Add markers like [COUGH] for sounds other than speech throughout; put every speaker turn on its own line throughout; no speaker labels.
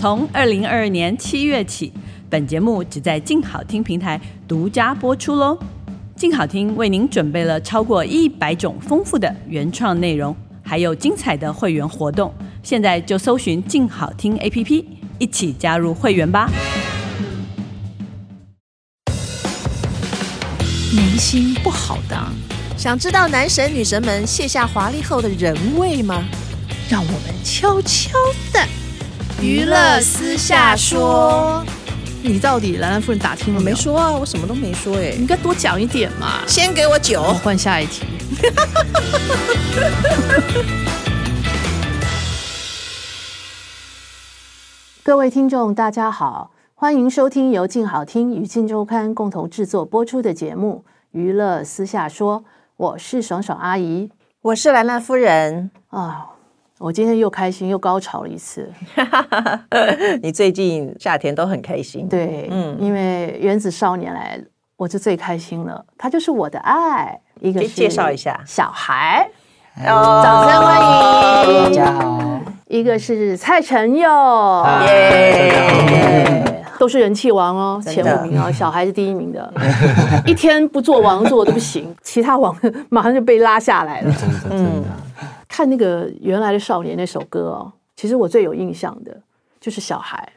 从二零二二年七月起，本节目只在静好听平台独家播出喽。静好听为您准备了超过一百种丰富的原创内容，还有精彩的会员活动。现在就搜寻静好听 APP，一起加入会员吧。
明星不好当，
想知道男神女神们卸下华丽后的人味吗？
让我们悄悄的
娱乐私下说。
你到底兰兰夫人打听了
我
没
没
有？
说啊，我什么都没说哎、
你应该多讲一点嘛。
先给我
我
酒，
换下一 [LAUGHS] 题。
各位听众，大家好，欢迎收听由静好听与静周刊共同制作播出的节目《娱乐私下说》，我是爽爽阿姨
我是兰兰夫人。
啊。我今天又开心又高潮了一次，
嗯你最近夏天都很开心，
对，
嗯
嗯，因为原子少年来，我就最开心了，他就是我的爱。一个
可以
是
介绍一下
小孩，
哦，
掌声欢迎
大家好，
一个是蔡承佑，
耶！
都是人气王哦，前
的
五名哦，小孩是第一名的，一天不做王座都不行，其他王 [LAUGHS] 马上就被拉下来了。
真的真的，
看那个原来的少年那首歌哦，其实我最有印象的就是小孩，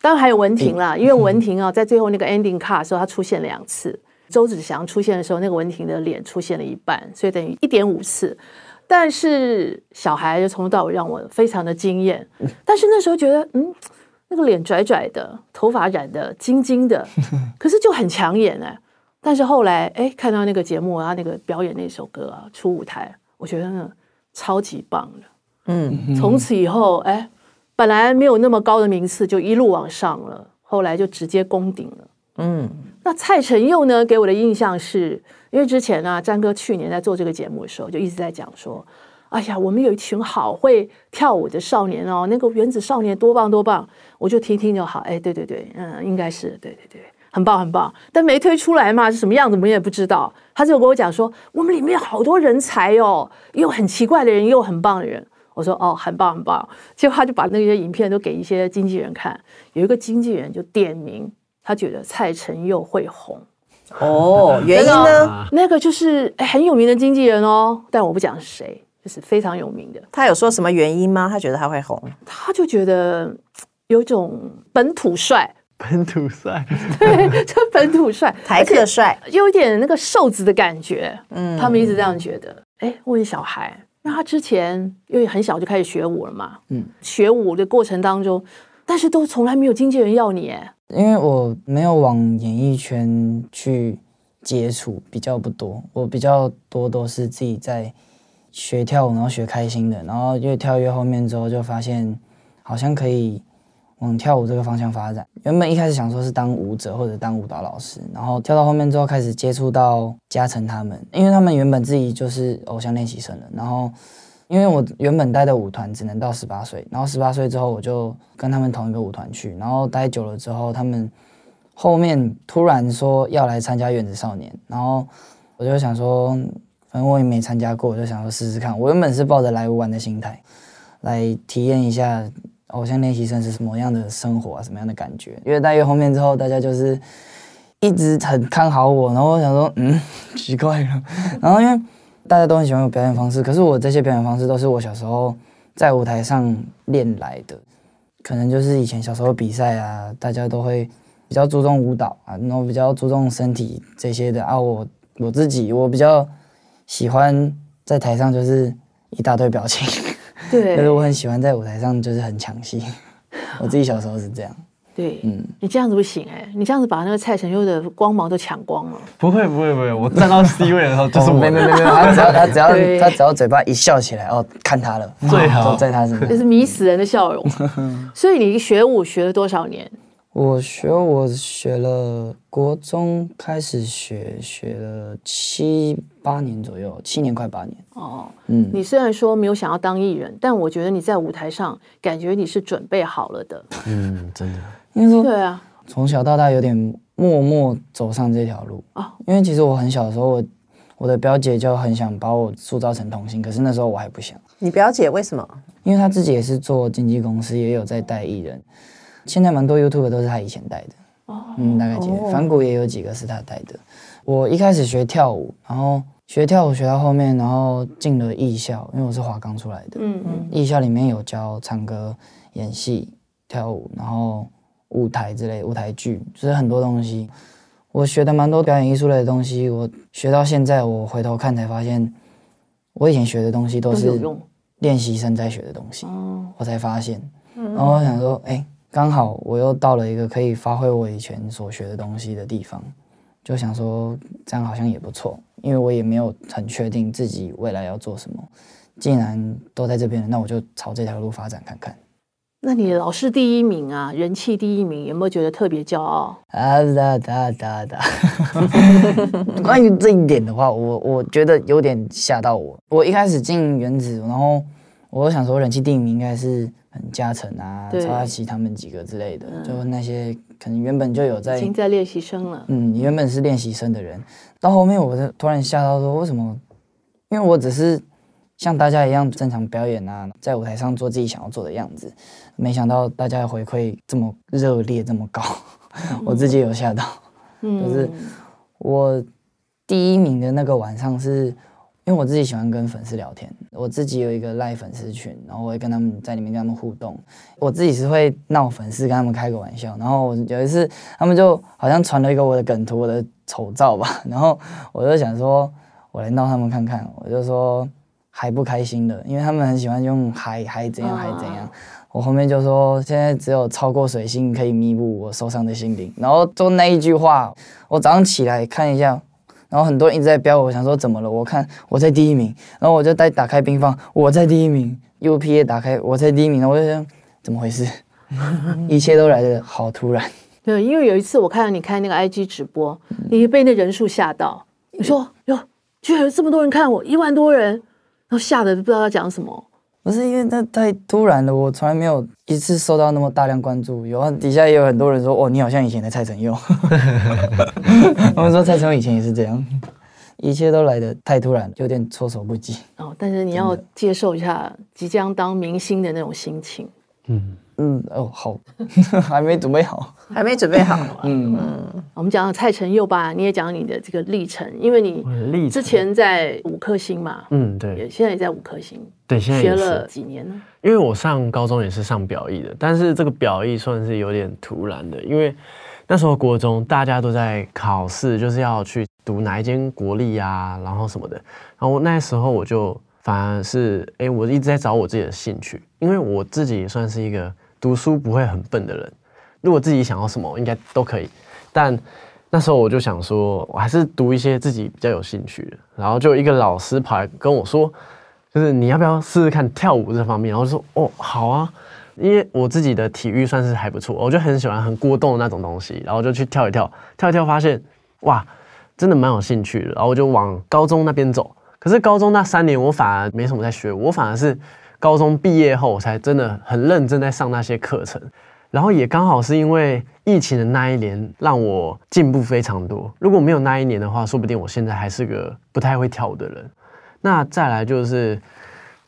当然还有文婷啦，因为文婷啊，在最后那个 ending card 的时候，她出现两次。周子祥出现的时候，那个文婷的脸出现了一半，所以等于一点五次。但是小孩就从头到尾让我非常的惊艳。 [LAUGHS] 但是那时候觉得，嗯，那个脸拽拽的，头发染的金金的，可是就很抢眼哎、但是后来哎，看到那个节目啊，那个表演那首歌啊，出舞台，我觉得嗯那超级棒的。
嗯，
从此以后，哎，本来没有那么高的名次，就一路往上了，后来就直接攻顶了。
嗯，
那蔡承佑呢，给我的印象是，因为之前啊，詹哥去年在做这个节目的时候，就一直在讲说，哎呀，我们有一群好会跳舞的少年哦，那个原子少年多棒多棒，我就听听就好。哎，对对对，嗯，应该是对对对。很棒，很棒，但没推出来嘛，是什么样子我们也不知道。他就跟我讲说，我们里面好多人才哦，又很奇怪的人，又很棒的人。我说哦，很棒很棒。结果他就把那些影片都给一些经纪人看，有一个经纪人就点名，他觉得蔡承佑会红，
哦，原因呢？
那个就是哎很有名的经纪人哦，但我不讲是谁，就是非常有名的。
他有说什么原因吗？他觉得他会红，
他就觉得嘖有种本土帅， [LAUGHS]
本土赛，
这本土帅
台客帅，
有一点那个瘦子的感觉，嗯，他们一直这样觉得。哎，问小孩，那他之前因为很小就开始学舞了嘛，嗯
嗯，
学舞的过程当中，但是都从来没有经纪人要你，哎，
因为我没有往演艺圈去接触，比较不多。我比较多都是自己在学跳舞，然后学开心的，然后越跳越后面之后，就发现好像可以往跳舞这个方向发展。原本一开始想说是当舞者或者当舞蹈老师，然后跳到后面之后开始接触到嘉诚他们，因为他们原本自己就是偶像练习生了，然后。因为我原本待的舞团只能到十八岁，然后十八岁之后我就跟他们同一个舞团去，然后待久了之后，他们后面突然说要来参加原子少年，然后我就想说，反正我也没参加过，我就想说试试看。我原本是抱着来玩的心态， [LAUGHS] 来体验一下偶像练习生是什么样的生活啊，什么样的感觉。越待越后面之后，大家就是一直很看好我，然后我想说，嗯，奇怪了。 [LAUGHS] 然后因为大家都很喜欢我表演方式，可是我这些表演方式都是我小时候在舞台上练来的，可能就是以前小时候比赛啊，大家都会比较注重舞蹈啊，然后比较注重身体这些的啊。我我自己我比较喜欢在台上就是一大堆表情，
对，
但是我很喜欢在舞台上就是很抢戏。 [LAUGHS] 我自己小时候是这样，
对，你这样子不行哎、你这样子把那个蔡承佑的光芒都抢光了。
[LAUGHS] 不会不会不会，我站到 C 位的时 [LAUGHS] 候就是
哦
我
没没
的
没没，他只要他只要
对
他只要嘴巴一笑起来，哦，看他了，
最好
就在他身上
这。是迷死人的笑容。所以你学舞学了多少年？
我学我学了国中开始学，学了七八年左右，七年快八年。
哦，
嗯，
你虽然说没有想要当艺人，但我觉得你在舞台上感觉你是准备好了的。
嗯，真的，
应该说
对啊，
从小到大有点默默走上这条路
哦
啊，因为其实我很小的时候，我我的表姐就很想把我塑造成童星，可是那时候我还不想，
你表姐为什么？
因为她自己也是做经纪公司，也有在带艺人，现在蛮多 YouTube 都是他以前带的。嗯，大概记得。
哦
反骨也有几个是他带的。我一开始学跳舞，然后学跳舞学到后面，然后进了艺校，因为我是华冈出来的。
嗯嗯，
艺校里面有教唱歌、演戏、跳舞，然后舞台之类、舞台剧，就是很多东西。我学的蛮多表演艺术类的东西，我学到现在，我回头看才发现，我以前学的东西都
都是有
是
用。
练习生在学的东西，
哦，
我才发现。然后我想说，哎、刚好我又到了一个可以发挥我以前所学的东西的地方，就想说这样好像也不错，因为我也没有很确定自己未来要做什么。既然都在这边了，那我就朝这条路发展看看。
那你老师第一名啊，人气第一名，有没有觉得特别骄傲？
啊哒哒哒哒。关于这一点的话，我我觉得有点吓到我。我一开始进原子，然后我想说人气第一名应该是很嘉诚啊、
对
曹阿奇他们几个之类的，就那些可能原本就有
已
在
经在练习生了。
嗯原本是练习生的人，到后面我就突然吓到说为什么？因为我只是像大家一样正常表演啊，在舞台上做自己想要做的样子，没想到大家的回馈这么热烈，这么高，我自己有吓到。
嗯，
就是我第一名的那个晚上是，因为我自己喜欢跟粉丝聊天，我自己有一个赖粉丝群，然后我会跟他们在里面跟他们互动，我自己是会闹粉丝，跟他们开个玩笑。然后我有一次，他们就好像传了一个我的梗图，我的丑照吧， [LAUGHS] 然后我就想说，我来闹他们看看，我就说还不开心的，因为他们很喜欢用还还怎样还怎样。我后面就说，现在只有超过水星可以弥补我受伤的心灵。然后就那一句话，我早上起来看一下，然后很多人一直在标我，想说怎么了？我看我在第一名，然后我就再打开冰放，我在第一名，UP 也打开，我在第一名，然后我就想怎么回事？ [LAUGHS] 一切都来的好突然。
对，因为有一次我看到你开那个 IG 直播，你被那人数吓到，你说哟，居然有这么多人看我，一万多人，然后吓得不知道要讲什么。
不是因为那太突然了，我从来没有一次受到那么大量关注。有啊，底下也有很多人说，哦，你好像以前的蔡成佑。 [LAUGHS] 他们说蔡成佑以前也是这样，一切都来的太突然，有点措手不及。
哦，但是你要接受一下即将当明星的那种心情。
嗯，
嗯，哦，好， [LAUGHS] 还没准备好。
还没准备好。 [LAUGHS]
嗯，
我们讲讲蔡成佑吧，你也讲你的这个历程，因为你
我的历程
之前在五颗星嘛，
嗯，
也
对
现在也在五颗星，
对，现在
学
也
了
是，
几年呢？
因为我上高中也是上表艺的，但是这个表艺算是有点突然的，因为那时候国中大家都在考试，就是要去读哪一间国立啊，然后什么的，然后那时候我就反而是，哎、我一直在找我自己的兴趣，因为我自己也算是一个读书不会很笨的人，如果自己想要什么，应该都可以。但那时候我就想说，我还是读一些自己比较有兴趣的。然后就有一个老师跑来跟我说，就是你要不要试试看跳舞这方面？然后就说哦，好啊，因为我自己的体育算是还不错，我就很喜欢很过动的那种东西，然后就去跳一跳，跳一跳发现哇，真的蛮有兴趣的。然后我就往高中那边走。可是高中那三年，我反而没什么在学，我反而是高中毕业后，我才真的很认真在上那些课程。然后也刚好是因为疫情的那一年，让我进步非常多。如果没有那一年的话，说不定我现在还是个不太会跳舞的人。那再来就是，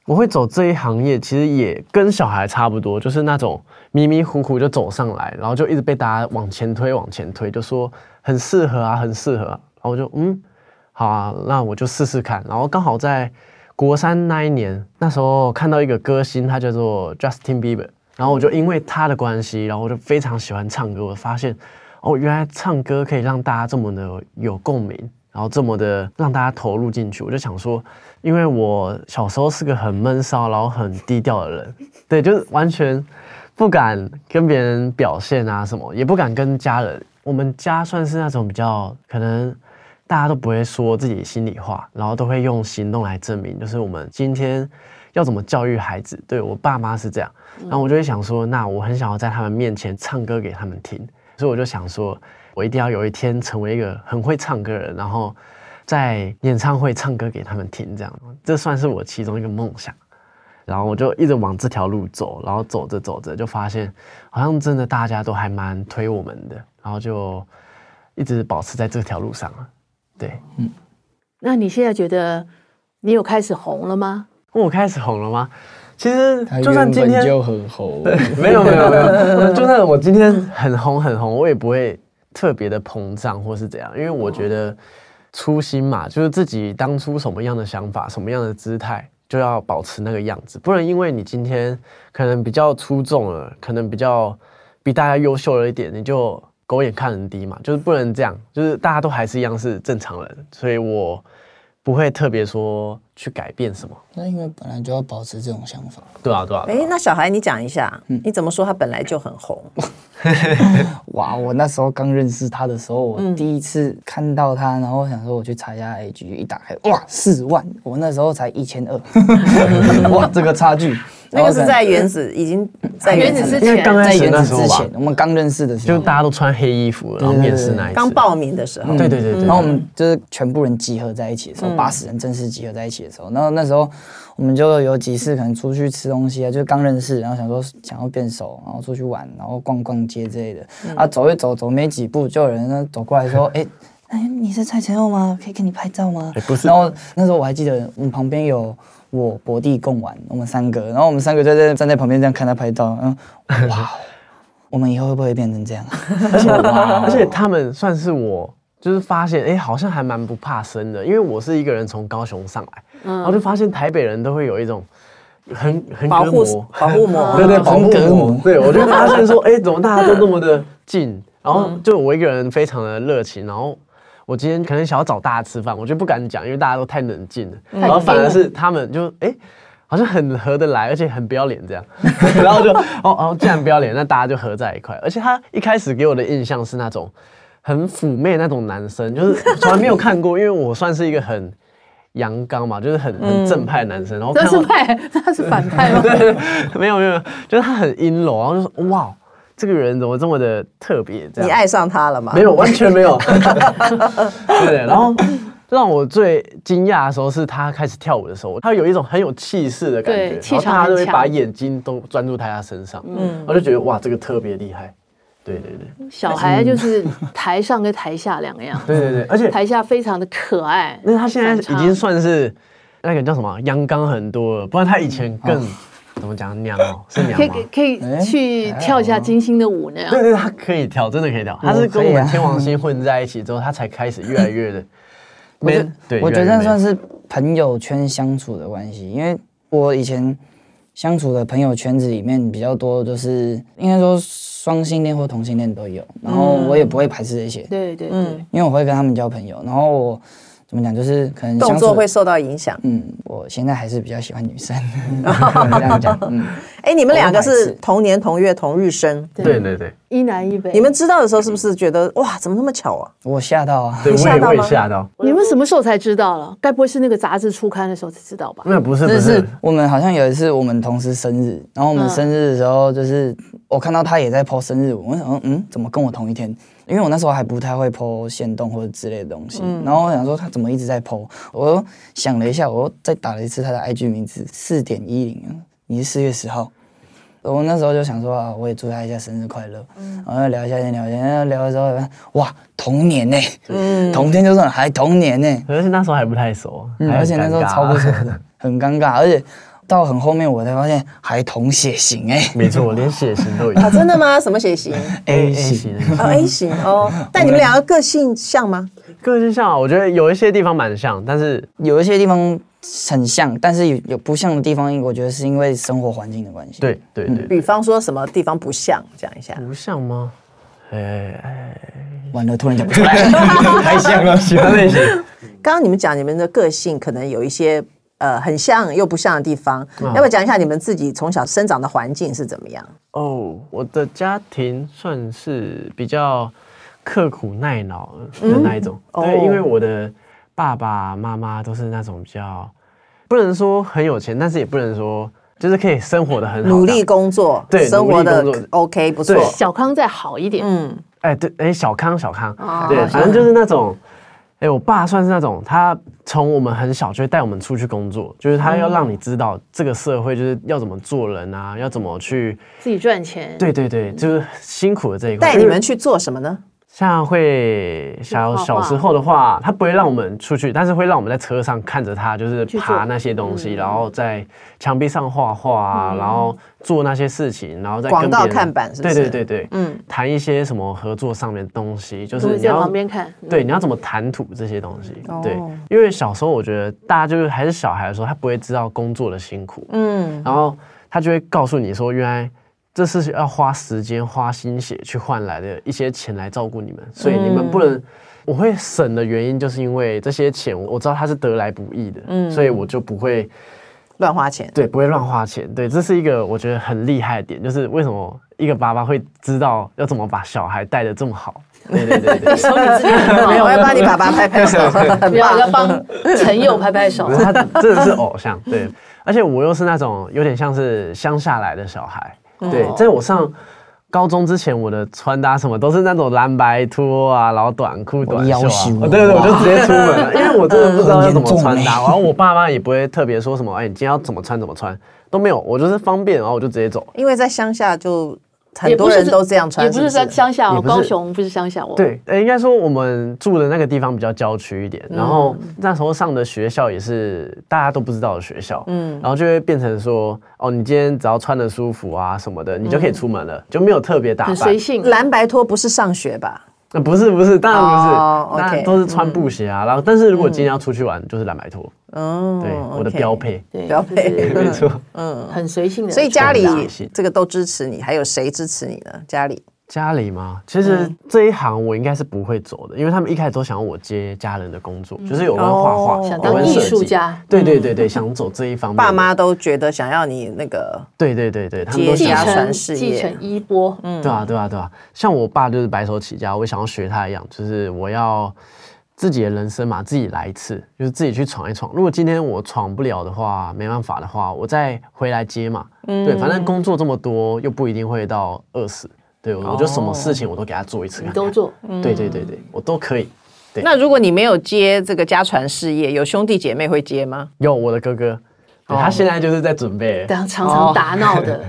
我会走这一行业，其实也跟小孩差不多，就是那种迷迷糊糊就走上来，然后就一直被大家往前推，往前推，就说很适合啊，很适合啊、然后我就嗯，好啊，那我就试试看。然后刚好在国三那一年，那时候看到一个歌星，他叫做 Justin Bieber，然后我就因为他的关系，然后我就非常喜欢唱歌。我发现哦，原来唱歌可以让大家这么的有共鸣，然后这么的让大家投入进去。我就想说，因为我小时候是个很闷骚，然后很低调的人， [LAUGHS] 对，就是完全不敢跟别人表现啊什么，也不敢跟家人。我们家算是那种比较可能大家都不会说自己心里话，然后都会用行动来证明，就是我们今天要怎么教育孩子。对我爸妈是这样，然后我就会想说，那我很想要在他们面前唱歌给他们听，所以我就想说，我一定要有一天成为一个很会唱歌的人，然后在演唱会唱歌给他们听，这样，这算是我其中一个梦想。然后我就一直往这条路走，然后走着走着就发现，好像真的大家都还蛮推我们的，然后就一直保持在这条路上了。对，
那你现在觉得你有开始红了吗？
哦我开始红了吗？其实
他
就算
原
今
本
天
就很红，
[LAUGHS] 没有没有没有，就算我今天很红很红，我也不会特别的膨胀或是怎样，因为我觉得初心嘛，就是自己当初什么样的想法、什么样的姿态，就要保持那个样子，不能因为你今天可能比较出众了，可能比较比大家优秀了一点，你就狗眼看人低嘛，就是不能这样，就是大家都还是一样是正常人，所以我不会特别说去改变什么。
[LAUGHS] 那因为本来就要保持这种想法。
对啊，对啊。对啊
哎，那小孩你讲一下，
嗯
你怎么说他本来就很
[LAUGHS]
红？
哇，我那时候刚认识他的时候，我第一次看到他，然后我想说我去查一下 IG，一打开，哇，四万！我那时候才一千二，哇，这个差距。
那
然后
哦
个是
可能
在原子已经在
啊
原子
子
之
因为
前
刚开
在
始
原
那
子
时候
之
吧
前，，我们刚认识的时
就
候，
大家都穿黑衣服，然后面试那一次。
刚报嗯名的时候，
对对对哦对，
然后我们就是全部人集合在一起的时候，八十、人正式集合在一起的时候，然后那时候我们就有几次可能出去吃东西啊，就是刚认识，然后想说想要变熟，然后出去玩，然后逛逛街之类的、啊，走一走，走没几步就有人呢走过
[LAUGHS]
来说，哎、哎，你是蔡承佑吗？可以跟你拍照吗？
哎不是
然后那时候我还记得，我们旁边有我伯弟共玩，我们三个，然后我们三个就在站在旁边这样看他拍照，嗯，哇，我们以后会不会变成这样？
而且而且他们算是我，就是发现哎、诶好像还蛮不怕生的，因为我是一个人从高雄上来，
嗯
然后就发现台北人都会有一种很很
保
隔
护
膜，
保护膜，
对对，
横
保护
隔
膜
膜，
哦对我就发现说，哎、怎么大家都那么的近，然后就我一个人非常的热情，然后。我今天可能想要找大家吃饭，我就不敢讲，因为大家都太冷静了。然后反而是他们就哎、好像很合得来，而且很不要脸这样。 [LAUGHS] 然后就哦哦，既然不要脸，那大家就合在一块。而且他一开始给我的印象是那种很妩媚那种男生，就是从来没有看过，因为我算是一个很阳刚嘛，就是很很正嗯派的男生。然后看
那
到
是派， [LAUGHS] 那是反派吗？
[LAUGHS] 没有没有，就是他很阴柔，然后就说哇，这个人怎么这么的特别？这样
你爱上他了吗？
没有，完全没有。 [LAUGHS] 对，然后让我最惊讶的时候是他开始跳舞的时候，他有一种很有气势的感觉
对，
然后
气场
大家都会
很强
把眼睛都专注在他身上，嗯，我就觉得哇，这个特别厉害。对对对
小孩就是台上跟台下两样，
对对对，而且
[LAUGHS] 台下非常的可爱。
那他现在
反差
已经算是那个叫什么阳刚很多了，不然他以前更、怎么讲娘哦，是娘
哦可以
吗？
可以
哎
去跳一下金星的舞那样
对。对，他可以跳，真的可以跳。他是跟
啊
我们天王星混在一起之后，他才开始越来越的
[LAUGHS] 我觉
man。对，
我觉得
越来
那
越
算
man
是朋友圈相处的关系，因为我以前相处的朋友圈子里面比较多，就是应该说双性恋或同性恋都有，然后
嗯
我也不会排斥这些，
对对对，
因为我会跟他们交朋友，然后我怎么讲，就是可能
动
相
作
处
会。受到影响。
嗯，我现在还是比较喜欢
[LAUGHS]
女生， [LAUGHS] 这样讲。嗯，
哎，你们两个
我会
是
排斥
同年同月同日生，
对对对，
一南一北。
你们知道的时候是不是觉得哇，怎么那么巧啊？
我吓到啊！
对
你
我
吓
也
到
我也
吗
吓到，
你们什么时候才知道了？该不会是那个杂志初刊的时候才知道吧？
那不是不
这
是
是，我们好像有一次我们同时生日，然后我们
嗯
生日的时候，就是我看到他也在 po 生日文，我想说嗯，怎么跟我同一天？因为我那时候还不太会 po 线动或者之类的东西，然后我想说他怎么一直在 po，我又想了一下，我又再打了一次他的 IG 名字四点一零，啊你是四月十号。我那时候就想说啊，我也祝他一下生日快乐，然后聊一下天，聊一下天，聊的时候，哇，同年呢、同天就算了，还同年呢、
而且那时候还不太熟，
嗯，
还很
而且那时候
尴尬
超不熟的，很尴尬，而且到很后面我才发现还同血型哎、
[LAUGHS] 没错，连血型
[LAUGHS]
都有哎
啊，真的吗？什么血 [LAUGHS] 型？
A A
A 型，
型。
哦，A 型哦。 [LAUGHS] 但你们两个个性像吗？
个性像啊，我觉得有一些地方蛮像，但是
有一些地方很像，但是有有不像的地方，我觉得是因为生活环境的关系。，
对对对，
嗯
比方说什么地方不像，讲一下。
不像吗？哎，
完了突然讲不出来，
[LAUGHS] 太像了，
[LAUGHS]
喜欢类型。
刚刚你们讲你们的个性可能有一些呃很像又不像的地方，
嗯
要不要讲一下你们自己从小生长的环境是怎么样？
哦，我的家庭算是比较刻苦耐劳的那一种，对，
哦
因为我的爸爸妈妈都是那种比较，不能说很有钱，但是也不能说就是可以生活的很好，
努力。工作，
对
生活的
努力工作
OK 不错
对。
小康再好一点，
嗯，
哎，对，哎，小康，小康，
哦
对，
小
[LAUGHS]
反正就是那种。哎、我爸算是那种，他从我们很小就会带我们出去工作，就是他
嗯
要让你知道这个社会就是要怎么做人啊，要怎么去，
自己赚钱。
对对对，就是辛苦的这一块。
带你们去做什么呢？
像会小
画画
小时候的话，它不会让我们出去，但是会让我们在车上看着它，就是
去做
爬那些东
嗯
西，然后在墙壁上画画啊，然后做那些事情，然后再跟
广告
别人
看板是不是
对对对对，
嗯，
谈一些什么合作上面的东西，就
都
是
会
你
在
要
旁边看。嗯
对，你要怎么谈吐这些东西？对，
哦
因为小时候我觉得大家就是还是小孩的时候，他不会知道工作的辛苦，
嗯，
然后他就会告诉你说，原来这是要花时间、花心血去换来的一些钱来照顾你们，所以你们不能。我会省的原因，就是因为这些钱我知道它是得来不易的，所以我就不会
乱花钱。
对不会乱花钱。对，这是一个我觉得很厉害的点，就是为什么一个爸爸会知道要怎么把小孩带的这么好。对对对对，
手你自己很
没
好
有，我要帮你爸爸拍拍
[LAUGHS]
手，很
不要要
棒。
帮陈佑拍拍手
不。是 [LAUGHS]
[LAUGHS]
他真的是偶像，对，而且我又是那种有点像是乡下来的小孩，
嗯
对，在我上高中之前，我的穿搭什么都是那种蓝白拖啊，然后短裤、短袖
要
啊
挟，我
哦对对，对我就直接出门了，
[LAUGHS]
因为我真的不知道要怎么穿
很严重
搭，
欸
然后我爸妈也不会特别说什么，哎，你今天要怎么穿怎么穿都没有，我就是方便，然后我就直接走。
因为在乡下就很
也不
多
是
人都这样穿，
也不是在乡下
也
哦，
不是
高雄不是乡下哦。，
对，呃，应该说我们住的那个地方比较郊区一点，然后那时候上的学校也是大家都不知道的学校，嗯，然后就会变成说，哦，你今天只要穿的舒服啊什么的，你就可以出门了，就没有特别打
很
扮。
随性。
蓝白拖不是上学吧？
呃不是不是，当然不是，
哦
当然
OK，
都是穿布鞋啊。然后，但是如果今天要出去玩，就是蓝白拖，
嗯，
对，我的
OK
标。配，
对，
标配
就是
没错。
很随性的。
[LAUGHS] 所以家里
是啊
这个都支持你，还有谁支持你呢？家里
家里吗？其实这一行我应该是不会走的，因为他们一开始都想要我接家人的工作，就是有关画画、
哦
有
想
关
当艺
设计
术。家，
对对对对，想走这一方面的。
爸妈都觉得想要你那个，
对对对对，他们
接
都
继
想
家
要
承
传事业
继承衣钵。嗯，
对啊，对啊，对啊。像我爸就是白手起家，我也想要学他一样，就是我要自己的人生嘛，自己来一次，就是自己去闯一闯。如果今天我闯不了的话，没办法的话，我再回来接嘛。对，反正
嗯
工作这么多，又不一定会到饿死。对，我就什么事情我都给他做一次看
哦你嗯
看
都。做。
对对对对，我都可以。对
那如果你没有接这个家传事业，有兄弟姐妹会接
[LAUGHS]
吗？
有我的哥哥，
哦
对他现在就是在准备，
这样常常
[LAUGHS]
打闹的，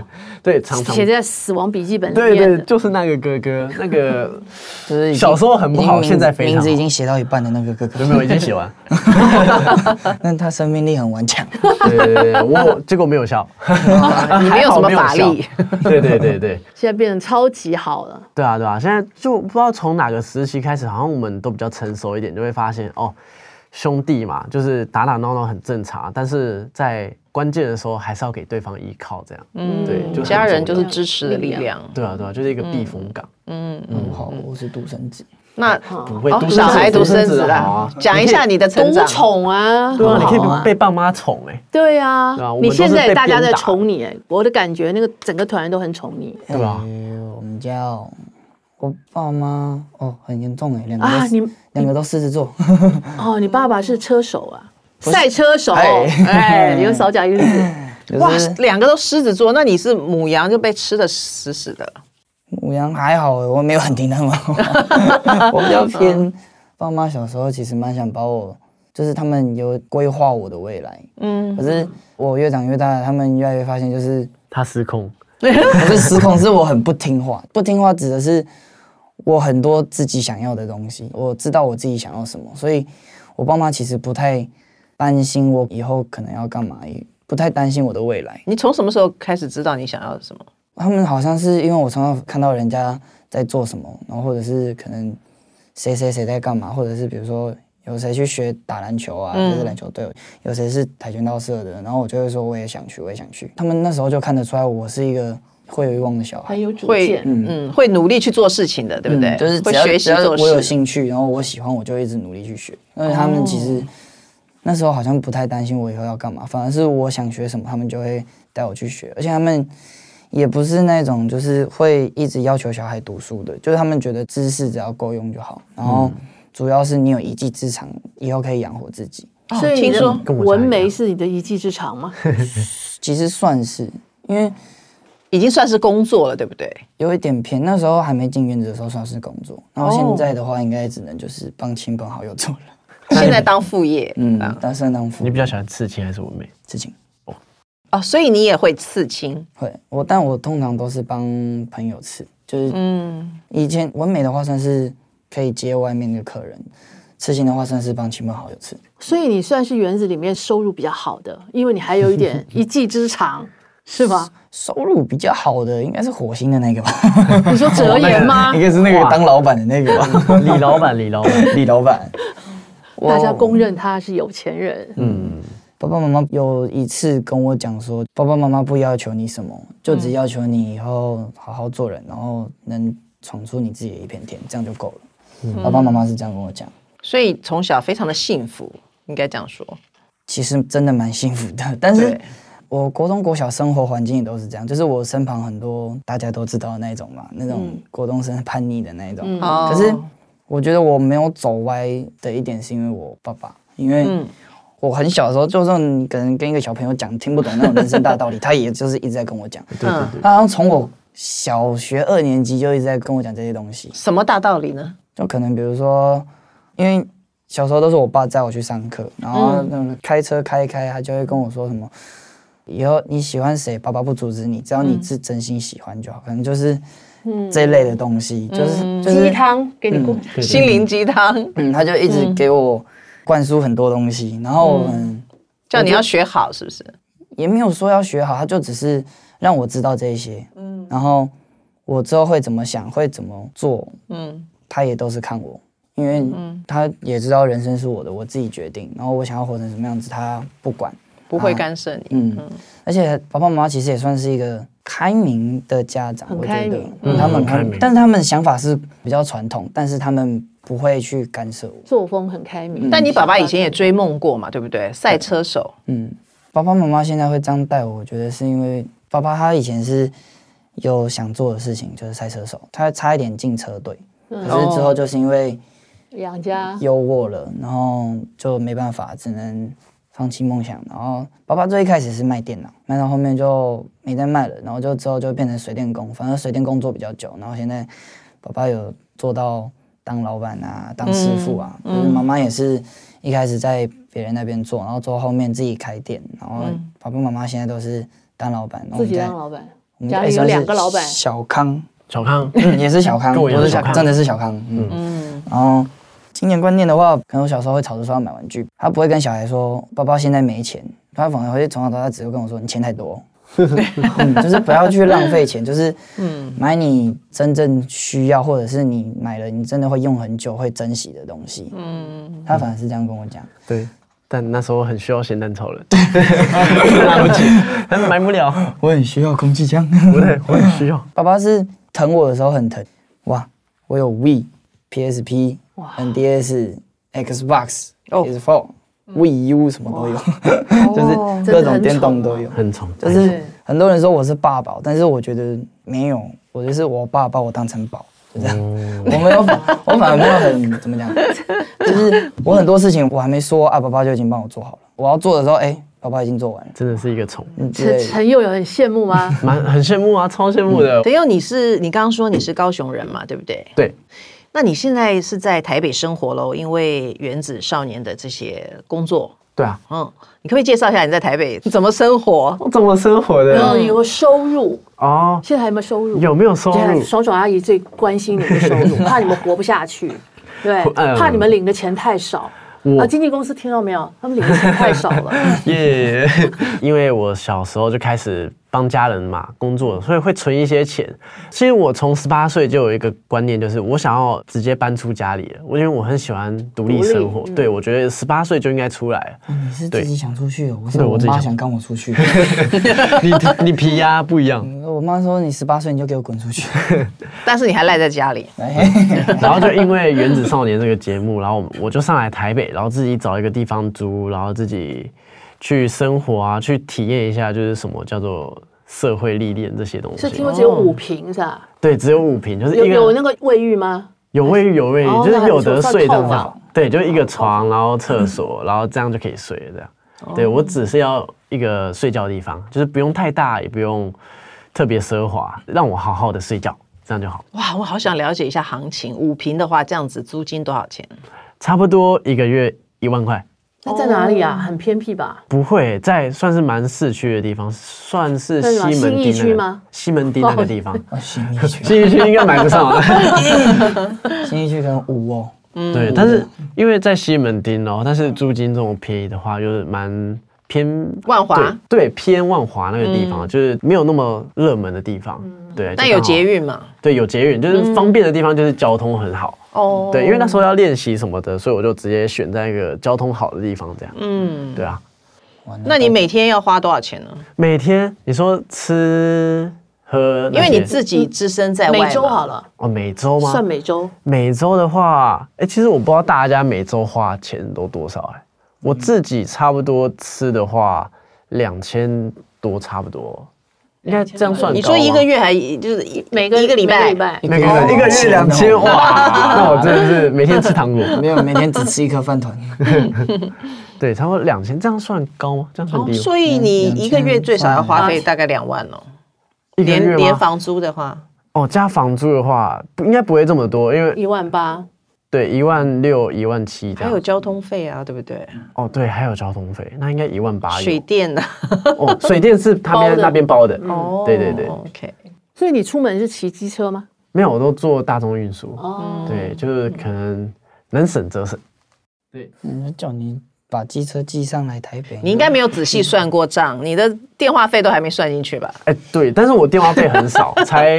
对，哦常常
写在死亡笔记本里
对
面
对，
的。
就是那个哥哥，那个 [LAUGHS]
就是已经
小时候很不好
已经
现在非常
名字已
好
经写到一半的那个哥哥，
有没有已经写完？
但他生命力很顽强，
对对对对，我结果没有效，
你没有什么
还好
法
没有
力
效，对对对对
现在变成超级好了。
对啊对啊！现在就不知道从哪个时期开始，好像我们都比较成熟一点，就会发现哦，兄弟嘛，就是打打闹闹很正常，但是在关键的时候还是要给对方依靠，这样。
嗯
对就很
家人
重
就是
要
支持的力
力
量。
对啊对啊，就是一个避风港，
嗯，好，我是独生子，
那
不会
哦
独生子
小孩独生子
好
啦
啊，
讲一下你的成
独
长。
宠啊，
对啊，
很
你
好
可
啊
以被爸妈宠哎，
对啊
对啊我，们
你
都是
现在
被
大家在
鞭打
宠你，哎我的感觉那个整个团员都很宠你
对吧
哎？我们家哦，我爸妈哦很严重哎，两个
啊！
都
你
两个都狮子座，
哦，你爸爸是车手啊，赛车手，
哎
哎，你又少讲一个字，
哇
就是，
两个都狮子座，那你是母羊就被吃的死死的了。
母羊还好欸，我没有很听他们话，我比较偏。爸妈小时候其实蛮想把我，就是他们有规划我的未来，嗯，可是我越长越大，他们越来越发现，就是
他失控，
不是失控，是我很不听话。不听话指的是我很多自己想要的东西，我知道我自己想要什么，所以我爸妈其实不太担心我以后可能要干嘛，也不太担心我的未来。
你从什么时候开始知道你想要什么？
他们好像是因为我常常看到人家在做什么，然后或者是可能谁谁谁在干嘛，或者是比如说有谁去学打篮球啊，就是篮球队，有谁是跆拳道社的，然后我就会说我也想去，我也想去。他们那时候就看得出来我是一个会有欲望的小孩
很，有主
会
见，
嗯，会努力去做事情的，对不对？
嗯就是
会
只要
学习
只要
做
我有
事。
兴趣，然后我喜欢，我就一直努力去学。因为他们其
哦
实那时候好像不太担心我以后要干嘛，反而是我想学什么，他们就会带我去学。而且他们也不是那种就是会一直要求小孩读书的，就是他们觉得知识只要够用就好，然
嗯
后主要是你有一技之长，以后可以养活自己。
所以
听
你的
说
跟我家一样
纹眉是你的一技之长吗？
其实算是因为
已经算是工作了，对不对？
有一点偏，那时候还没进院子的时候算是工作，然后
哦
现在的话应该只能就是帮亲朋好友做了。
现在当副业，
嗯
嗯，
当算当父
你比较喜欢刺青还是纹眉？
事情。
哦，所以你也会刺青，
会，我
嗯
但我通常都是帮朋友吃，就是嗯，以前纹美的话算是可以接外面的客人。刺青的话，算是帮亲朋好友刺。
所以你算是园子里面收入比较好的，因为你还有一点一技之长，是吗？
收入比较好的应该是火星的那个吧， [LAUGHS]
你说折颜吗？
应该是那个当老板的那个吧，
[LAUGHS] 李老板，李老板，
李老板。
大家公认他是有钱人，
嗯，
爸爸妈妈有一次跟我讲说，爸爸妈妈不要求你什么，就只要求你以后好好做人，然后能闯出你自己的一片天，这样就够了。爸爸妈妈是这样跟我讲，
所以从小非常的幸福，应该这样说。
其实真的蛮幸福的。 [LAUGHS] 但是，我国中、国小生活环境也都是这样，就是我身旁很多大家都知道的那一种嘛，那种国中生叛逆的那一种。
哦
嗯可是我觉得我没有走歪的一点是因为我爸爸，因为
嗯
我很小的时候，就算可能跟一个小朋友讲听不懂那种人生大道理，他也就是一直在跟我讲。
对对对，
他好像从我小学二年级就一直在跟我讲这些东西，
什么大道理呢？
就可能比如说，因为小时候都是我爸载我去上课，然后那种开车开一开，他就会跟我说什么。以后你喜欢谁，爸爸不阻止你，只要你是真心喜欢就好。可能就是这一类的东西，就是就是
鸡汤给你过。
对
心灵鸡汤，
嗯，他就一直给我灌输很多东西，然后嗯，
叫你要学好，是不是？
也没有说要学好，他就只是让我知道这一些，嗯，然后我之后会怎么想，会怎么做，
嗯，
他也都是看我，因为他也知道人生是我的，我自己决定，然后我想要活成什么样子，他不管，
不会干涉你。
嗯，而且爸爸妈妈其实也算是一个开明的家长，
很
我
开
觉得
明
嗯
他们
很开明
但是他们想法是比较传统，但是他们不会去干涉我，
作风很开明，
但你爸爸以前也追梦过嘛，对不对？赛车手，
嗯，爸爸妈妈现在会这样带我，我觉得是因为爸爸他以前是有想做的事情，就是赛车手，他差一点进车队，可是之后就是因为
养家
优渥了，然后就没办法，只能放弃梦想。然后爸爸最一开始是卖电脑，卖到后面就没再卖了，然后就之后就变成水电工，反正水电工做比较久，然后现在爸爸有做到当老板啊，当师傅啊，
嗯
就是妈妈也是一开始在别人那边做，然后做到后面自己开店，然后爸爸妈妈现在都是当老板，然后我
嗯自
们
己
在
当老板，
我们
家
哎
里有
算是
两个老板
小康。
小康，
嗯也是小康，
跟我一样
是
是小康
真的是小康。嗯，然后金钱观念的话，可能我小时候会吵着说要买玩具，他不会跟小孩说爸爸现在没钱，他反而会从小到大只会跟我说你钱
[LAUGHS]
太多。嗯，就是不要去浪费钱，就是
嗯
买你真正需要，或者是你买了你真的会用很久、会珍惜的东西。嗯，他反而是这样跟我讲。
对。但那时候很需要咸蛋超人， [LAUGHS] 来不及，但是买不了。
我很需要空气枪。
不对，我很需要。
爸爸是疼我的时候很疼，哇，我有 We、PSP、NDS、Xbox、PS4、Wii U 什么都有， [LAUGHS] 就是各种电动都有。
很宠，
就
对
是很多人说我是爸宝，但是我觉得没有，我就是我爸把我当成宝，就这样。
嗯
我没有，我反而没有很怎么 [LAUGHS] 讲，就是我很多事情我还没说啊，爸爸就已经帮我做好了。我要做的时候，哎，爸爸已经做完了。
真的是一个宠，
嗯，之
陈
类的
陈佑有很羡慕吗？
蛮很羡慕啊，超羡慕的。
陈佑，你是你刚刚说你是高雄人嘛，对不对？
对，
那你现在是在台北生活喽？因为原子少年的这些工作，
对啊，
嗯，你可不可以介绍一下你在台北怎么生活？
我怎么生活
然后
的？
有没有收入？
哦，
现在还有没有收入？
有没有收入
对，？爽爽阿姨最关心你们收入，怕你们活不下去，对
哎，
怕你们领的钱太少。
我
啊，经纪公司听到没有？他们领的钱太少了。
[LAUGHS] 耶因为我小时候就开始帮家人嘛工作，所以会存一些钱。其实我从十八岁就有一个观念，就是我想要直接搬出家里了，我因为我很喜欢独立生活。对，我觉得十八岁就应该出来了。
你是
对
自己想出去的，我是
对我
我
自己
妈
想
想跟我出去。
你你皮呀不一样，
我妈说你十八岁你就给我滚出去。
但是你还赖在家里，
[LAUGHS] 然后就因为《原子少年》这个节目，然后我就上来台北，然后自己找一个地方租，然后自己去生活啊，去体验一下就是什么叫做社会历练这些东
是
西
听。说只有五平是吧？
对，只有五平，就是
有
一
有
个
那个卫浴吗？
有卫浴有卫浴
哦，
就
那
是
还
有
不错
得
算
睡的
套
话
房，
对，就是一个床，然后
[LAUGHS]
厕所，然后这样就可以睡了这样。
哦
对我只是要一个睡觉的地方，就是不用太大，也不用特别奢华，让我好好的睡觉，这样就好。
哇，我好想了解一下行情。五平的话，这样子租金多少钱？
差不多一个月一万块。
那在哪里啊？很偏僻吧？
不会，在算是蛮市区的地方，算是
在
西
什么
门
信义
町那
区
个
吗
西门町那个
[LAUGHS]
地方，
哦，新一区，
信义区应该买不上了。啊
新一区可能五哦，
嗯
对，但是因为在西门町哦，但是租金这种便宜的话，就是蛮偏
万华嗯
对，对偏万华那个地方，就是没有那么热门的地方。对，
那
就
有
刚好
捷，运嘛？
对，有捷运，就是方便的地方，就是交通很好。
哦，
对，因为那时候要练习什么的，所以我就直接选在一个交通好的地方，这样。
嗯，
对啊，
那你每天要花多少钱呢？
每天你说吃喝那
因
些，
为你自己置身在外嘛，
每周啊好了，
哦，每周吗？
算每周。
每周的话，哎、其实我不知道大家每周花钱都多少哎、我
嗯
自己差不多吃的话，两千多差不多，应该这样算高吗
你说一个月还就是一
每个
一个礼
每
拜，
拜
那个哦月一个月两千 [LAUGHS] 哇，那我真的 [LAUGHS] 是每天吃糖果，
没有每天只吃一颗饭团，
对，差不多两千，这样算高吗？这样算
哦
低吗？
所以你一个月最少要花费大概两万哦，
一个
连
月
连
吗？
房租的话，
哦，加房租的话，不应该不会这么多，因为
一万八，
对一万六、一万七这
还有
样。
交通费啊，对不对？
哦，对，还有交通费，那应该一万八。
水电啊，
哦，水电是他
包
们
的
那边包的。
哦
嗯对对对
，OK，
所以你出门是骑机车吗？
没有，我都坐大众运输。
哦，
对，就是可能能省则省。
嗯，叫你把机车寄上来台北，
你应该没有仔细算过账，你的电话费都还没算进去吧？
哎、对，但是我电话费很少，才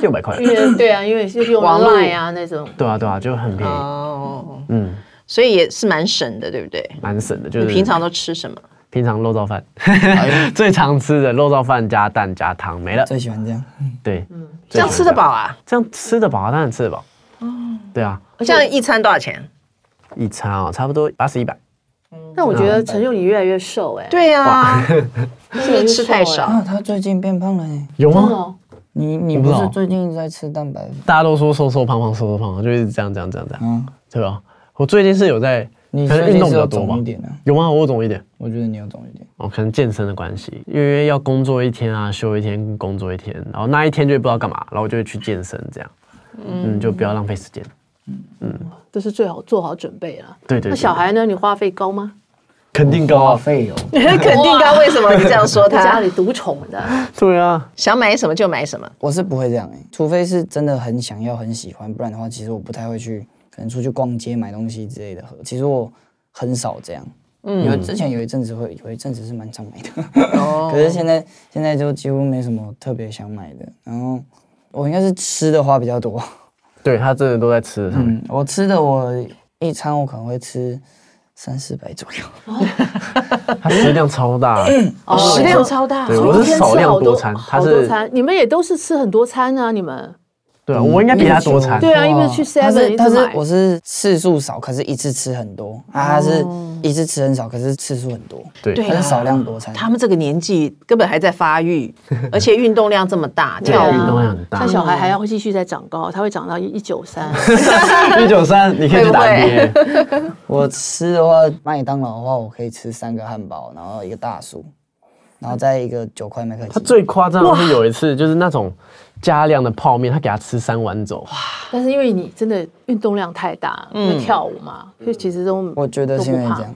六
[LAUGHS]
百块。
因为对啊，因为是用
网络
Line 啊那种，
对啊，对啊，就很便宜，
哦，
嗯，
所以也是蛮省的，对不对？
蛮省的。就
你
是
平常都吃什么？
平常肉燥饭， [LAUGHS] 最常吃的肉燥饭加蛋加汤没了。
最喜欢这样，
对，
这
最
样
常
吃得，饱啊？
这样吃得饱啊，当然吃得饱。对啊，
这样一餐多少钱？
一餐啊、差不多八十一百。
但我觉得陈佑你越来越瘦哎，
对啊呀，是不是吃太
哇
少？
啊，他最近变胖了呢。
有
真的
吗？
哦，
你你
我不
不
知道
是最近一直在吃蛋白粉？
大家都说瘦瘦胖胖，瘦瘦胖胖，就一直这样这样这样这样，
嗯，
对吧？我最近是有在，
你
可能
最
运
近
动比
是
较
有
多吧
肿一点啊，
有吗？我有肿一点。
我觉得你有肿一点。
哦，可能健身的关系，因为要工作一天啊，休一天，工作一天，然后那一天就不知道干嘛，然后我就会去健身这样，嗯，就不要浪费时间。
这是最好做好准备了。
对对
那
对
小孩呢？你花费高吗？
肯定高
花
啊，
费哦，
[LAUGHS] 肯定高，为什么你这样说 [LAUGHS]
在家
他？
里独宠的，
对啊，
想买什么就买什么，
我是不会这样哎、除非是真的很想要、很喜欢，不然的话，其实我不太会去，可能出去逛街买东西之类的喝。其实我很少这样。嗯，有之前有一阵子会，有一阵子是蛮常买的，
哦
[LAUGHS] 可是现在现在就几乎没什么特别想买的。然后我应该是吃的花比较多，
对他真的都在吃的上面，
嗯，我吃的我一餐我可能会吃三四百左右，嗯
他食量超大，
哦
食量
超大
对我是少量多餐他
好
是
多餐。你们也都是吃很多餐啊，你们
对
嗯
啊，我应该比他多餐
对，
[LAUGHS]
啊因为去
他
7-Eleven 一直
是他是
买哦
我是次数少，可是一次吃很多啊，他是一次吃很少，可是次数很多，
对
对啊
他
啊
是少量多餐。
他们这个年纪根本还在发
[LAUGHS]
育，而且运动量这么大，
对
跳
啊，
对
运
啊
动
舞
量很大
像，小孩还要继续再长高，他会长到一九三。
一九三，你可以去打
会
NBA，
我吃的话，麦当劳的话，我可以吃三个汉堡，然后一个大薯，然后再一个九块麦克
他
鸡。
最夸张的是有一次就是那种加量的泡面，他给他吃三碗走，
但是因为你真的运动量太大，因为跳舞嘛，所以其实都
我觉得
都
是
不
因为
胖
这样，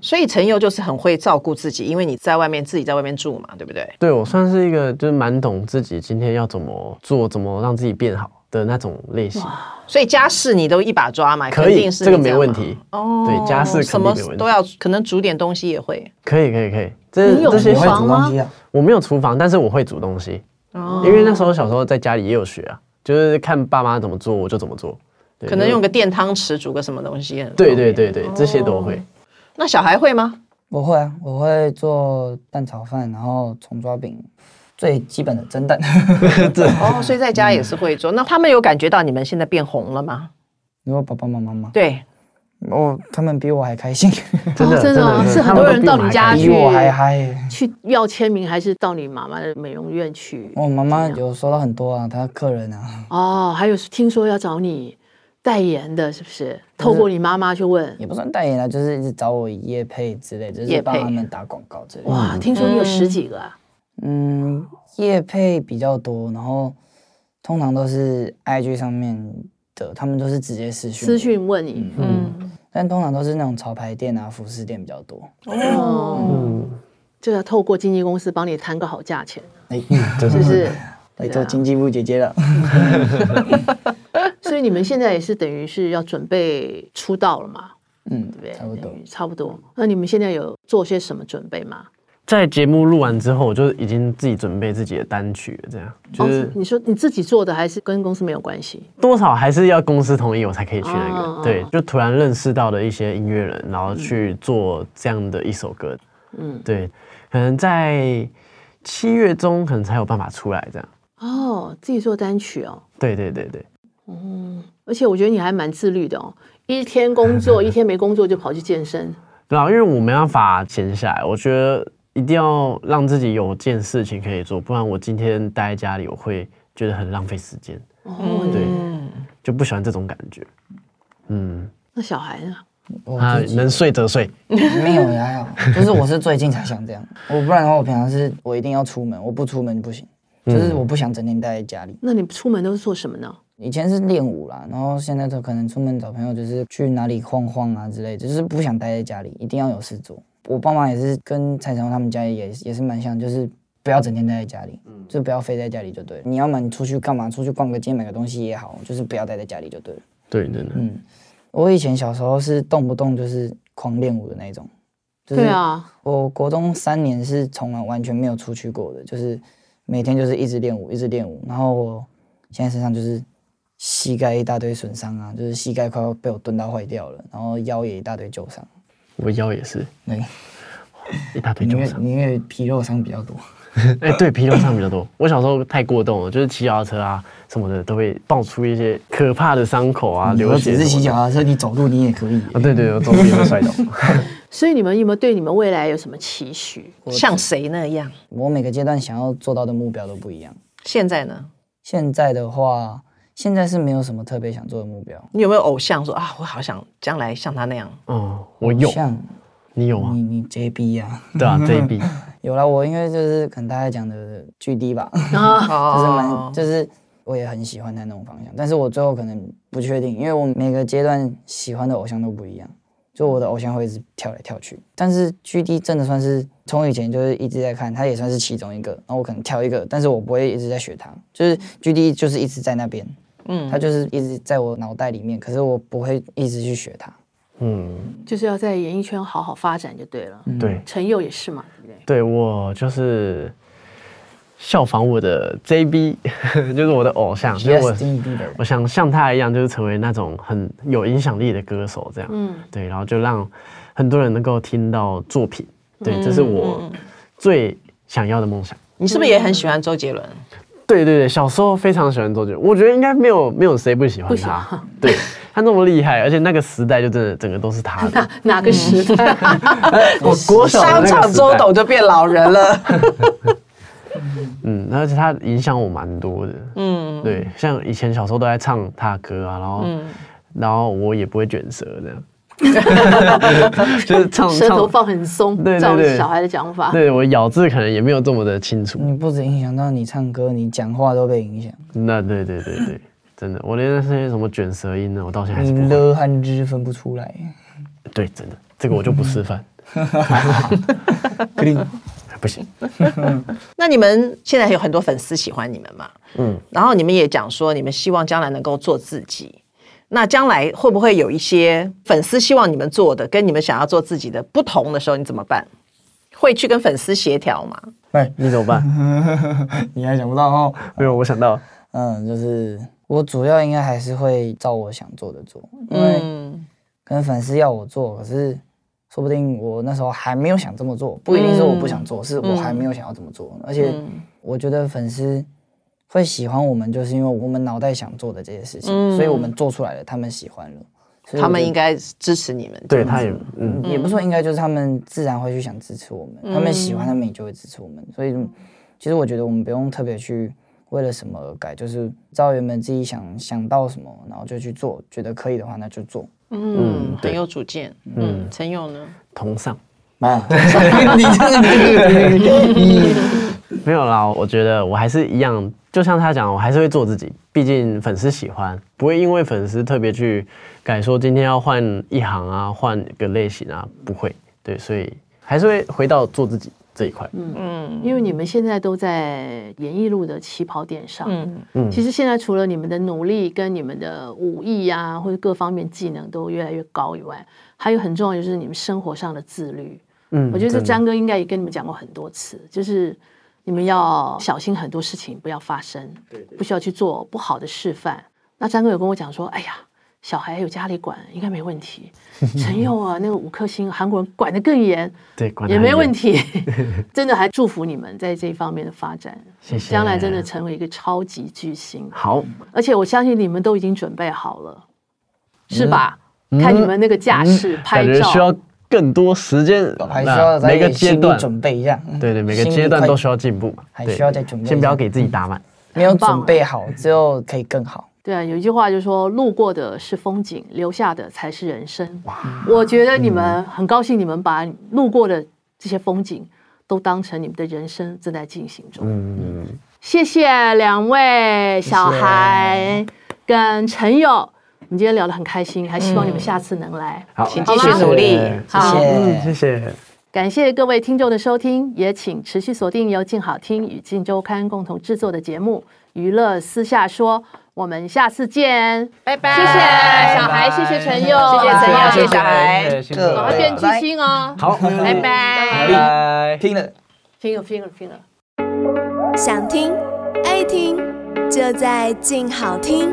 所以陈佑就是很会照顾自己，因为你在外面自己在外面住嘛，对不对？
对我算是一个就是蛮懂自己今天要怎么做，怎么让自己变好的那种类型。
所以家事你都一把抓嘛，
可
肯定
以，
是
这个
你
没
样
问
嘛。
题。
哦
对家事
什
肯定
么
没问题
都要，可能煮点东西也会。
可以，可以，可以。这
你有
这些
你会
厨
煮
房吗
东西啊？
我没有厨房，但是我会煮东西，
哦，
因为那时候小时候在家里也有学啊，就是看爸妈怎么做我就怎么做。对
可能
就
用个电汤匙煮个什么东西。哦
对对。对对，这些都会。
那小孩会
[LAUGHS]
吗？
我会啊，我会做蛋炒饭，然后葱抓饼，最基本的蒸蛋。 [LAUGHS]
哦，所以在家也是会
嗯
做。那他们有感觉到你们现在变红了吗？
你说爸爸妈妈吗？
对，
哦，他们比我还开心，
真的
真的啊是很多人到你家
去。
比我还嗨耶。
去要签名，还是到你妈妈的美容院去？
我妈妈有收到很多啊，她客人啊，
哦，还有听说要找你代言的，是不是？透过你妈妈去问。
也不算代言啊，就是一直找我业配之类，就
业配
是帮他们打广告之类的。
哇，听说你有十几个啊！
嗯，业配比较多，然后通常都是 IG 上面的，他们都是直接私讯我，
私讯问你，嗯，
但通常都是那种潮牌店啊、服饰店比较多。
就哦要透过经纪公司帮你谈个好价钱，
哎，
是不是？
来做经济部姐姐了。
所以你们现在也是等于是要准备出道了嘛，
嗯，
对不对？
差不多
等于。差不多。那你们现在有做些什么准备吗？
在节目录完之后，我就已经自己准备自己的单曲了，这样就是
哦、你说你自己做的还是跟公司没有关系？
多少还是要公司同意我才可以去那个。
哦
对，就突然认识到的一些音乐人，然后去做这样的一首歌。嗯，对，可能在七月中可能才有办法出来这样。
哦，自己做单曲哦，
对对对对，
而且我觉得你还蛮自律的哦，一天工作一天没工作就跑去健身，
然啊后因为我没办法闲下来，我觉得一定要让自己有件事情可以做，不然我今天待在家里，我会觉得很浪费时间。
哦，
嗯
对，就不喜欢这种感觉。嗯，
那小孩呢？
哦我
啊
自，己
能睡则睡。
没有也还好， [LAUGHS] 就是我是最近才想这样，我不然的话，我平常是我一定要出门，我不出门不行，就是我不想整天待在家里。
那你出门都是做什么呢？
以前是练舞啦，然后现在都可能出门找朋友，就是去哪里晃晃啊之类的，就是不想待在家里，一定要有事做。我爸妈也是跟蔡成龙他们家也也是蛮像，就是不要整天待在家里，就不要飞在家里就对了。你要么你出去干嘛，出去逛个街买个东西也好，就是不要待在家里就对了。
对，真的。
嗯我以前小时候是动不动就是狂练舞的那种，就是
对啊，
我国中三年是从来完全没有出去过的，就是每天就是一直练舞，一直练舞。然后我现在身上就是膝盖一大堆损伤啊，就是膝盖快要被我蹲到坏掉了，然后腰也一大堆旧伤。
我腰也是
对，
[LAUGHS] 一大堆
因
旧
为
伤。
因为皮肉伤比较多。
哎、对，皮肉伤比较多。我小时候太过动了，就是骑脚踏车啊什么的，都会爆出一些可怕的伤口啊，
你
流
又
血
只
什么的。
是骑脚踏车，你走路你也可以。
啊，对对，我总比会
[LAUGHS]
摔倒。
所以你们有没有对你们未来有什么期许？
像谁那样？
我每个阶段想要做到的目标都不一样。
现在呢？
现在的话，现在是没有什么特别想做的目标。
你有没有偶像说啊，我好想将来像他那样？
哦，我有，
像
你有吗
你？你 JB 呀、啊。
对啊，这一笔
有啦，我因为就是可能大家讲的距低吧，
啊
哦
就是蛮就是我也很喜欢他那种方向，但是我最后可能不确定，因为我每个阶段喜欢的偶像都不一样，就我的偶像会一直跳来跳去。但是距低真的算是从以前就是一直在看，他也算是其中一个。然后我可能跳一个，但是我不会一直在学他，就是距低就是一直在那边，嗯，他就是一直在我脑袋里面，可是我不会一直去学他。
嗯，
[LAUGHS] 就是要在演艺圈好好发展就对了。
嗯
对
陈佑也是嘛，对不对？ [LAUGHS]
对，我就是效仿我的 JB，就是 [LAUGHS] 我的偶像，就是我
Justin Bieber
我想像他一样，就是成为那种很有影响力的歌手，这样，
嗯
对，然后就让很多人能够听到作品，对，这是我最想要的梦想。
你是不是也很喜欢周杰伦？
对对对，小时候非常喜欢周杰伦，我觉得应该没有没有谁不喜欢
喜欢
他，对他那么厉害，而且那个时代就真的整个都是
[LAUGHS]
他的。
哪个时代？
[LAUGHS] 我国小的
商
那个时代
场周董就变老人了。
[LAUGHS] 嗯，而且他影响我蛮多的。嗯，对，像以前小时候都在唱他的歌啊，然后、
嗯
然后我也不会卷舌这
[LAUGHS]
样，就是唱
舌头
唱。
放很松
对，对
照
对
小孩的讲法。
对我咬字可能也没有这么的清楚，
你不止影响到你唱歌，你讲话都被影响。
那对对对对，真的，我连那些什么卷舌音呢，我到现在还是不
你
会。
了和日分不出来，
对，真的，这个我就不示范，
嗯
不行。
那你们现在有很多粉丝喜欢你们嘛？嗯，然后你们也讲说，你们希望将来能够做自己。那将来会不会有一些粉丝希望你们做的，跟你们想要做自己的不同的时候，你怎么办？会去跟粉丝协调吗？
哎，
你怎么办？
你还想不到哦。
没有，我想到，
嗯，就是我主要应该还是会照我想做的做，因为
嗯
可能粉丝要我做，可是说不定我那时候还没有想这么做，不一定是我不想做，是我还没有想要这么做。而且
嗯
我觉得粉丝会喜欢我们，就是因为我们脑袋想做的这些事情，所以我们做出来了，他们喜欢了。所以我
他们
觉
应该支持你们。
对，他也，嗯，
也不说应该，就是他们自然会去想支持我们，他们喜欢，
嗯
他们也就会支持我们。所以，其实我觉得我们不用特别去为了什么而改，就是照原本自己想想到什么，然后就去做，觉得可以的话那就做。
嗯，
对
很有主见。嗯，陈勇呢？
同上。
啊，你这个
没有啦，我觉得我还是一样，就像他讲，我还是会做自己。毕竟粉丝喜欢，不会因为粉丝特别去改说今天要换一行啊，换一个类型啊，不会。对，所以还是会回到做自己这一块。
嗯
嗯
因为你们现在都在演艺路的起跑点上，
嗯
其实现在除了你们的努力跟你们的武艺啊，或者各方面技能都越来越高以外，还有很重要就是你们生活上的自律。
嗯
我觉得这
真的
张哥应该也跟你们讲过很多次，就是你们要小心很多事情不要发生，不需要去做不好的示范。那张哥有跟我讲说，哎呀，小孩有家里管应该没问题。陈佑啊，那个五颗星韩国人管得更严，
对，管得
也
很
没
严
问。题。
[LAUGHS]
真的还祝福你们在这一方面的发展，
谢谢
将来真的成为一个超级巨星。啊
好，
而且我相信你们都已经准备好了，是
嗯
吧？看你们那个架势、拍
感觉
照，
需要更多时间，
还需
那
要
每个
再
阶
心
段
理准备一下。嗯
对对，每个
心理
阶段
快
都需要进步嘛，
还
对
需要再准备一
先不
下
要给自己打满。
没有
很棒啊
准备好，之后可以更好。
对啊，有一句话就说：“路过的是风景，留下的才是人生。”我觉得你
嗯
们很高兴，你们把路过的这些风景都当成你们的人生正在进行中。
嗯，
谢谢两位小孩跟陈友，我们今天聊得很开心，还希望你们下次能来。
好，
请
继续
谢谢
努力
谢
好
嗯，
谢
谢。谢。
感谢各位听众的收听，也请持续锁定由静好听与静周刊共同制作的节目《娱乐私下说》，我们下次见。
拜拜，
谢谢小孩，
拜
谢谢陈佑，
谢谢陈佑
拜
谢谢小孩
谢谢辛苦了
赶快变巨星哦！
好，
拜
拜
拜，
拜。
拼了。
拼了拼了拼了。
想听爱听，就在静好听。